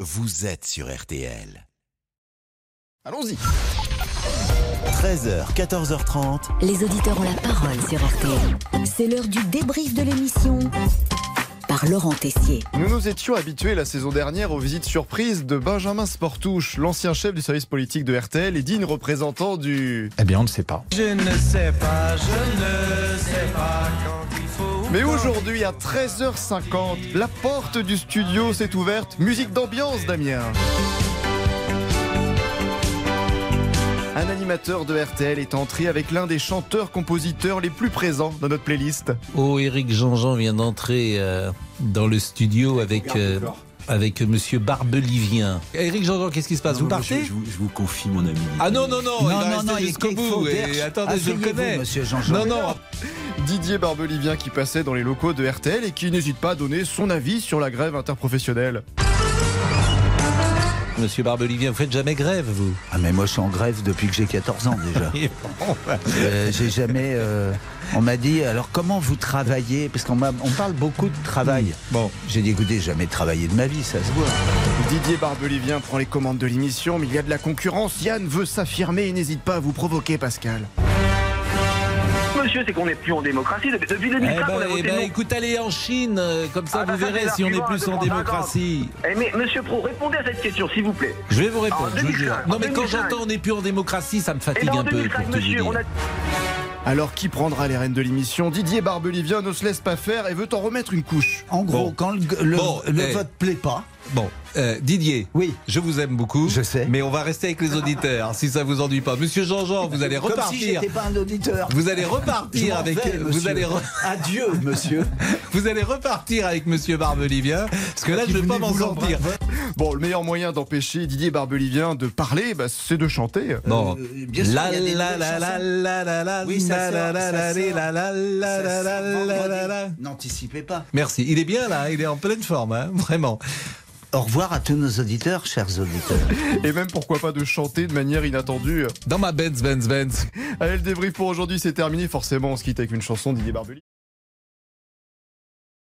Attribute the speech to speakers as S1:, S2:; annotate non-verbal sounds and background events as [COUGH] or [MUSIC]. S1: vous êtes sur RTL.
S2: Allons-y.
S1: 13h, 14h30.
S3: Les auditeurs ont la parole sur RTL. C'est l'heure du débrief de l'émission par Laurent Tessier.
S2: Nous nous étions habitués la saison dernière aux visites surprises de Benjamin Sportouche, l'ancien chef du service politique de RTL et digne représentant du...
S4: Eh bien, on ne sait pas.
S5: Je ne sais pas, je ne sais pas quand il faut.
S2: Mais aujourd'hui, à 13h50, la porte du studio s'est ouverte. Musique d'ambiance, Damien. Un animateur de RTL est entré avec l'un des chanteurs-compositeurs les plus présents dans notre playlist.
S6: Oh, Éric Jean-Jean vient d'entrer euh, dans le studio avec. euh, avec Monsieur Barbelivien. Éric Jean-Jean, qu'est-ce qui se passe Vous partez
S7: je, je vous, je vous confie mon ami.
S6: Ah non, non, non, il
S8: Non,
S6: va
S8: non,
S6: rester
S8: non, il-
S6: jusqu'au
S8: il
S6: bout.
S8: faut
S6: Et
S8: Berche.
S6: attendez, je le
S8: Asseyez-vous,
S6: connais.
S8: monsieur Jean-Jean.
S6: non, non,
S2: Didier Barbelivien qui passait dans les locaux de RTL et qui n'hésite pas à donner son avis sur la grève interprofessionnelle.
S6: Monsieur Barbelivien, vous faites jamais grève, vous
S8: Ah mais moi je suis en grève depuis que j'ai 14 ans
S6: [LAUGHS]
S8: déjà.
S6: bah.
S8: Euh, j'ai jamais. euh, on m'a dit alors comment vous travaillez Parce qu'on m'a- on parle beaucoup de travail.
S6: Hmm, Bon.
S8: J'ai dit écoutez, j'ai jamais travaillé de ma vie, ça se voit.
S2: Didier Barbelivien prend les commandes de l'émission, mais il y a de la concurrence. Yann veut s'affirmer et n'hésite pas à vous provoquer, Pascal.
S9: Monsieur, c'est qu'on n'est plus en démocratie. Depuis depuis 2005,
S6: Eh
S9: on a
S6: ben,
S9: voté
S6: eh ben,
S9: non.
S6: écoute, allez en Chine, euh, comme ça
S9: Ah, bah,
S6: vous
S9: ça,
S6: verrez
S9: c'est
S6: si on est
S9: l'argument
S6: plus
S9: de
S6: en
S9: prendre
S6: démocratie.
S9: Eh, mais monsieur Pro, répondez à cette question, s'il vous plaît.
S6: Je vais vous répondre,
S9: En
S6: je vous jure.
S9: 2005,
S6: Non, mais quand
S9: 2005.
S6: j'entends on n'est plus en démocratie, ça me
S9: Et
S6: fatigue
S9: ben, en
S6: un peu. pour
S9: 2005,
S6: tout vous
S9: monsieur,
S6: dire.
S9: on a
S2: Alors qui prendra les rênes de l'émission Didier Barbelivien ne se laisse pas faire et veut en remettre une couche.
S8: En gros,
S6: Bon.
S8: quand le, le-
S6: Bon,
S8: le
S6: eh.
S8: vote plaît pas,
S6: Bon, euh, Didier,
S8: Oui.
S6: je vous aime beaucoup.
S8: Je sais.
S6: Mais on va rester avec les auditeurs, si ça vous ennuie pas. Monsieur Jean-Jean, vous allez
S8: comme si
S6: repartir.
S8: j'étais pas un auditeur.
S6: vous allez
S8: Je
S6: repartir
S8: m'en
S6: avec
S8: vais,
S6: vous
S8: monsieur.
S6: allez re- [LAUGHS]
S8: Adieu, monsieur.
S6: vous allez repartir avec monsieur Barbelivien parce que
S8: Ah,
S6: là je ne vais pas m'en sortir.
S8: euh,
S2: Bon, le meilleur moyen d'empêcher Didier Barbelivien de parler, bah, c'est de chanter.
S6: Bon.
S8: Euh, bien sûr,
S6: La
S8: il y a des
S6: la
S8: nouvelles
S6: la la
S8: chansons.
S6: la la la
S8: Oui, ça
S6: la
S8: sort,
S6: la
S8: ça
S6: la
S8: sort.
S6: la la la la la la la la.
S8: N'anticipez pas.
S6: Merci, il est bien là, il est en pleine forme, hein, vraiment.
S8: Au revoir à tous nos auditeurs, chers auditeurs.
S2: Et même pourquoi pas de chanter de manière inattendue.
S6: Dans ma Benz Benz Benz.
S2: Allez, le débrief pour aujourd'hui, c'est terminé. Forcément, on se quitte avec une chanson Didier Barbelivien.